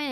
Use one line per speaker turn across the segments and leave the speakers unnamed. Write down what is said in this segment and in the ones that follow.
迎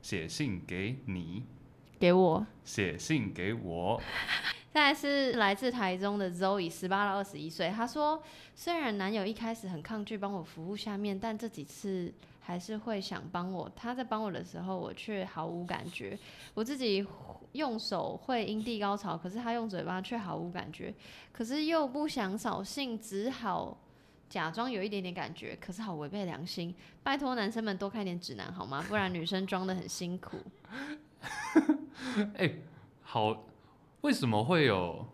写信给你，
给我。
写信给我，
再来是来自台中的 Zoe，十八到二十一岁。她说，虽然男友一开始很抗拒帮我服务下面，但这几次还是会想帮我。他在帮我的时候，我却毫无感觉。我自己用手会阴蒂高潮，可是他用嘴巴却毫无感觉。可是又不想扫兴，只好假装有一点点感觉，可是好违背良心。拜托男生们多看点指南好吗？不然女生装的很辛苦。
哎好，为什么会有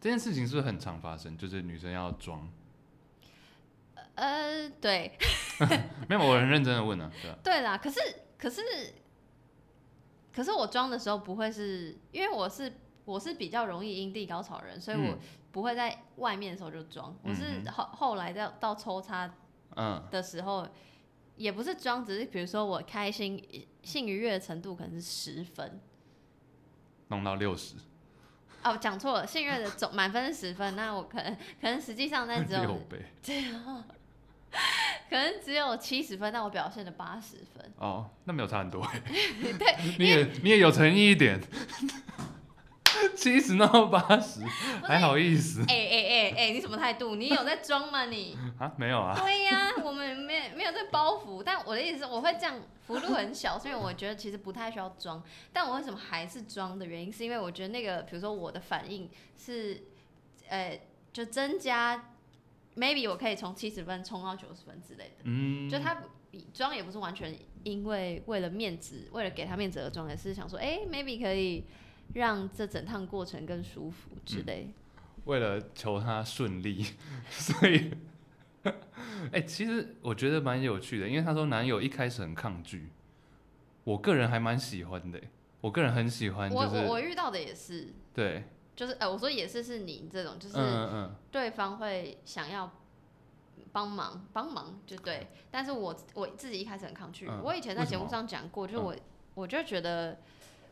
这件事情？是不是很常发生？就是女生要装，
呃，对，
没有，我很认真的问啊，对啊，
对啦，可是可是可是我装的时候不会是因为我是我是比较容易阴蒂高潮的人，所以我
嗯
不会在外面的时候就装，我
嗯
是后后来到到抽插
嗯，
的时候。也不是装，只是比如说我开心、性愉悦的程度可能是十分
弄到六十，
哦，讲错了，性愉悦的总满分是十分，那我可能可能实际上那只 有
六倍，
可能只有七十分，但我表现了八十 分，
哦，那没有差 很多欸， 你也你也有诚意一点， 七十到八十，还好意思
哎哎哎哎，你什么态度？你有在装吗你？
啊？没有啊，
对呀、我们没没有这包袱，但我的意思是我会这样幅度很小，所以我觉得其实不太需要装。但我为什么还是装的原因，是因为我觉得那个，比如说我的反应是，呃，就增加，maybe 我可以从七十分冲到九十分之类的。
嗯，
就他装也不是完全因为为了面子，为了给他面子而装，也是想说，哎、m a y b e 可以让这整趟过程更舒服之类。
为了求他顺利， 所以，哎、其实我觉得蛮有趣的，因为他说男友一开始很抗拒，我个人还蛮喜欢的欸，我个人很喜欢，
我
嗯就
我
是
我遇到的也是，
对，
就是呃，我说也是是你这种，就是。
嗯嗯
对方会想要帮忙帮忙，就对。但是我我自己一开始很抗拒，
嗯
我以前在
为什
节目
么
上讲过，就是
嗯
我、我就觉得，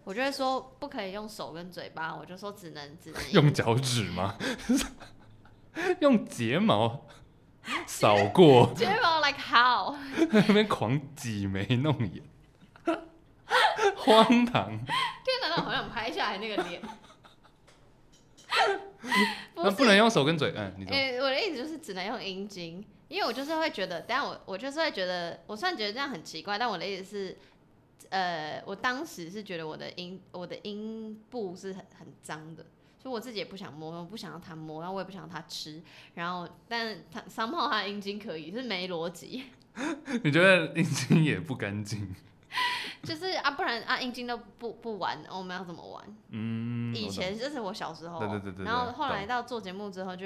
我就会说不可以用手跟嘴巴，我就说只能只能
嗯，用脚趾吗？ 用睫毛扫过，
睫毛 like how？
在 那边狂挤眉弄眼，荒唐。
天哪，那我好想拍下来那个 脸。是哎
那不能用手跟嘴，嗯，你懂，
诶、我的意思就是只能用阴茎，因为我就是会觉得，但我我就是会觉得，我虽然觉得这样很奇怪，但我的意思是，呃，我当时是觉得我的阴我的阴部是很很脏的，所以我自己也不想摸，我不想让他摸，然后我也不想让他吃，然后但他三炮他的阴茎可以，是没逻辑，
你觉得阴茎也不干净？
就是啊，不然啊阴茎都不不玩，我们要怎么玩？
嗯，
以
我懂
前就是我小时候，
对对对对
然后
对
后来到做节目之后就，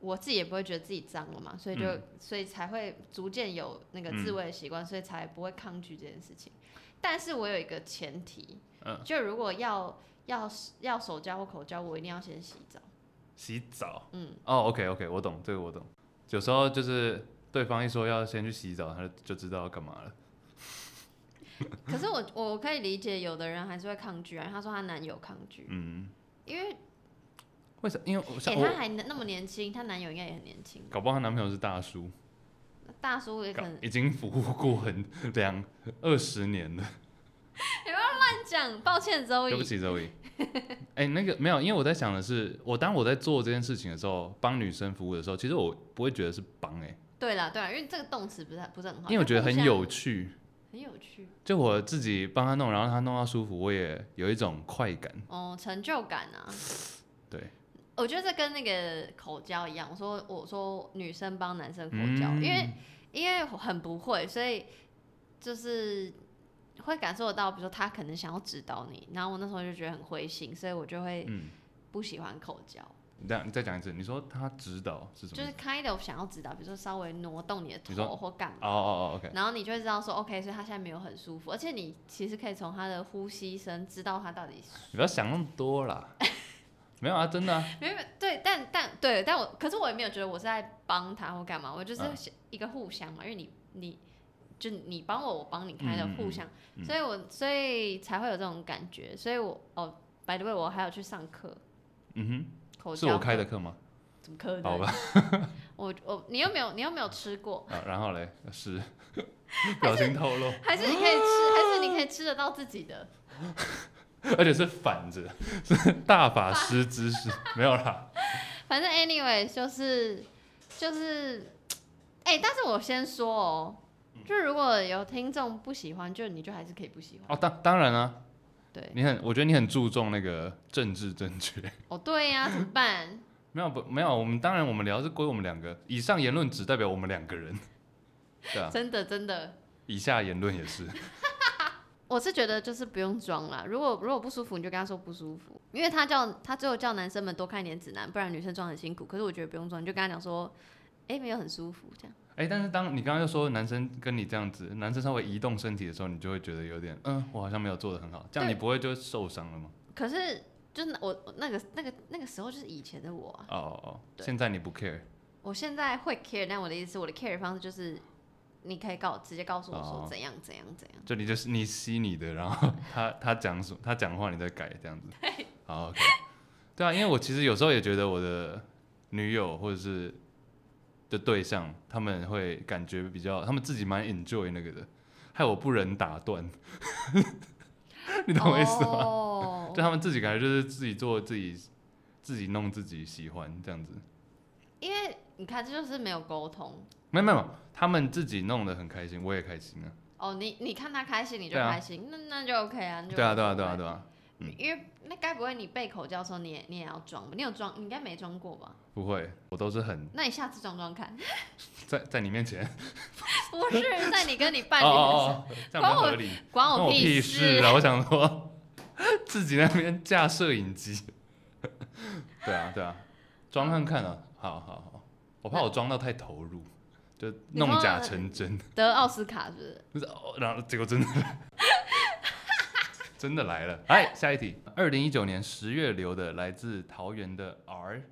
我自己也不会觉得自己脏了嘛，所以就、
嗯
所以才会逐渐有那个自慰的习惯，所以才不会抗拒这件事情。但是我有一个前提，
嗯
就如果要要要手交或口交，我一定要先洗澡。
洗澡。
嗯，
哦、o k OK，我懂这个，我懂。有时候就是对方一说要先去洗澡，他就就知道要干嘛了。嗯
可是我我可以理解，有的人还是会抗拒啊。她说她男友抗拒，
嗯，
因为
为啥？因为我想、
哎、
我
她还那么年轻，她男友应该也很年轻，
搞不好她男朋友是大叔，
大叔也可
搞
能
已经服务过很两二十年了。
乱讲，抱歉周
对不
易，
起，Zoe。哎、那个没有，因为我在想的是，我当我在做这件事情的时候，帮女生服务的时候，其实我不会觉得是帮哎、
对啦对啦，因为这个动词不是不是很好，
因为我觉得
它不
很
像
有趣。
很有趣
就我自己帮她弄，然后她弄到舒服，我也有一种快感。
哦，成就感啊！
对，
我觉得这跟那个口交一样，我说我说女生帮男生口交，
嗯
因为因为我很不会，所以就是会感受得到，比如说他可能想要指导你，然后我那时候就觉得很灰心，所以我就会
嗯，
不喜欢口交。
你这样，你再讲一次，你说他指导哦是什么
就
意
是
思？
kind of 想要指导，比如说稍微挪动你的
你说
头或干嘛，
哦哦哦，OK，
然后你就会知道说 OK，所以他现在没有很舒服，而且你其实可以从他的呼吸声知道他到 底是
你不要想那么 多啦。没有啊，真的、啊，
没有没有对，但但对，但我可是我也没有觉得我是在帮他或干嘛，我就是
嗯
一个互相嘛，因为你你就你帮我，我帮你开的
嗯嗯
互
嗯
相，
嗯
所以我所以才会有这种感觉，所以我哦，by the way，我还有去上课，
嗯
口
哼，是
交
我开的课吗？
怎么可能？
好吧，
我我你又没有你又没有吃 过，
啊，然后嘞， 是表情透露，
还是你可以吃，还是你可以吃得到自己的？
而且是反着， 是大法师姿势，没有啦。
反正 anyway 就是就是，哎、但是我先说哦，
嗯
就如果有听众不喜欢，就你就还是可以不喜欢。
哦，当当然啊，
对，
你很，我觉得你很注重那个政治正确。
哦对呀、怎么办？
没有不没有，我们当然我们聊是归我们两个，以上言论只代表我们两个人，对 啊，
真的真的，
以下言论也是，
我是觉得就是不用装啦。如果如果不舒服，你就跟他说不舒服，因为他叫他最后叫男生们多看一点指南，不然女生装很辛苦。可是我觉得不用装，你就跟他讲说，哎、没有很舒服这样。
哎，但是当你刚刚又说男生跟你这样子，男生稍微移动身体的时候，你就会觉得有点，嗯，我好像没有做的很好，这样你
对
不会就受伤了吗？
可是就是我我那个那个那个时候就是以前的我啊，
哦哦哦，
对
现在你不 care，
我现在会 care，但我的意思是我的 care 的方式就是，你可以告直接告诉我
哦
说怎样怎样怎样。
就你就是你吸你的，然后他他讲什么他讲话你再改这样子，好 OK，对啊，因为我其实有时候也觉得我的女友或者是的对象，他们会感觉比较，他们自己蛮 enjoy 那个的，害我不忍打断， 你懂我意思吗？ 啊
哦
就他们自己感觉就是自己做自己自己弄自己喜欢这样子，
因为你看这就是没有沟通
没有没有，他们自己弄得很开心，我也开心啊，
哦，你你看他开心你就
对啊
开心，那那就 OK 啊，那就
对啊
无
对啊
所
对啊
谓
对啊，嗯
因为那该不会你背口交的时候你也你也要装吧？你有装，你应该没装过吧？
不会，我都是很
那你下次装装 看，
在在你面前。
不是在你跟你伴
哦
侣的时候，
哦哦，这样
关
不
我
合理，
管
关我
屁
事啊！我想说， 自己那边架摄影机， 对啊对啊，装看看啊，好好好，我怕我装到太投入，就弄假成真，
得奥斯卡是不是？
就是哦然后结果真的来，真的来了。哎，下一题，二零一九年十月流的来自桃园的 R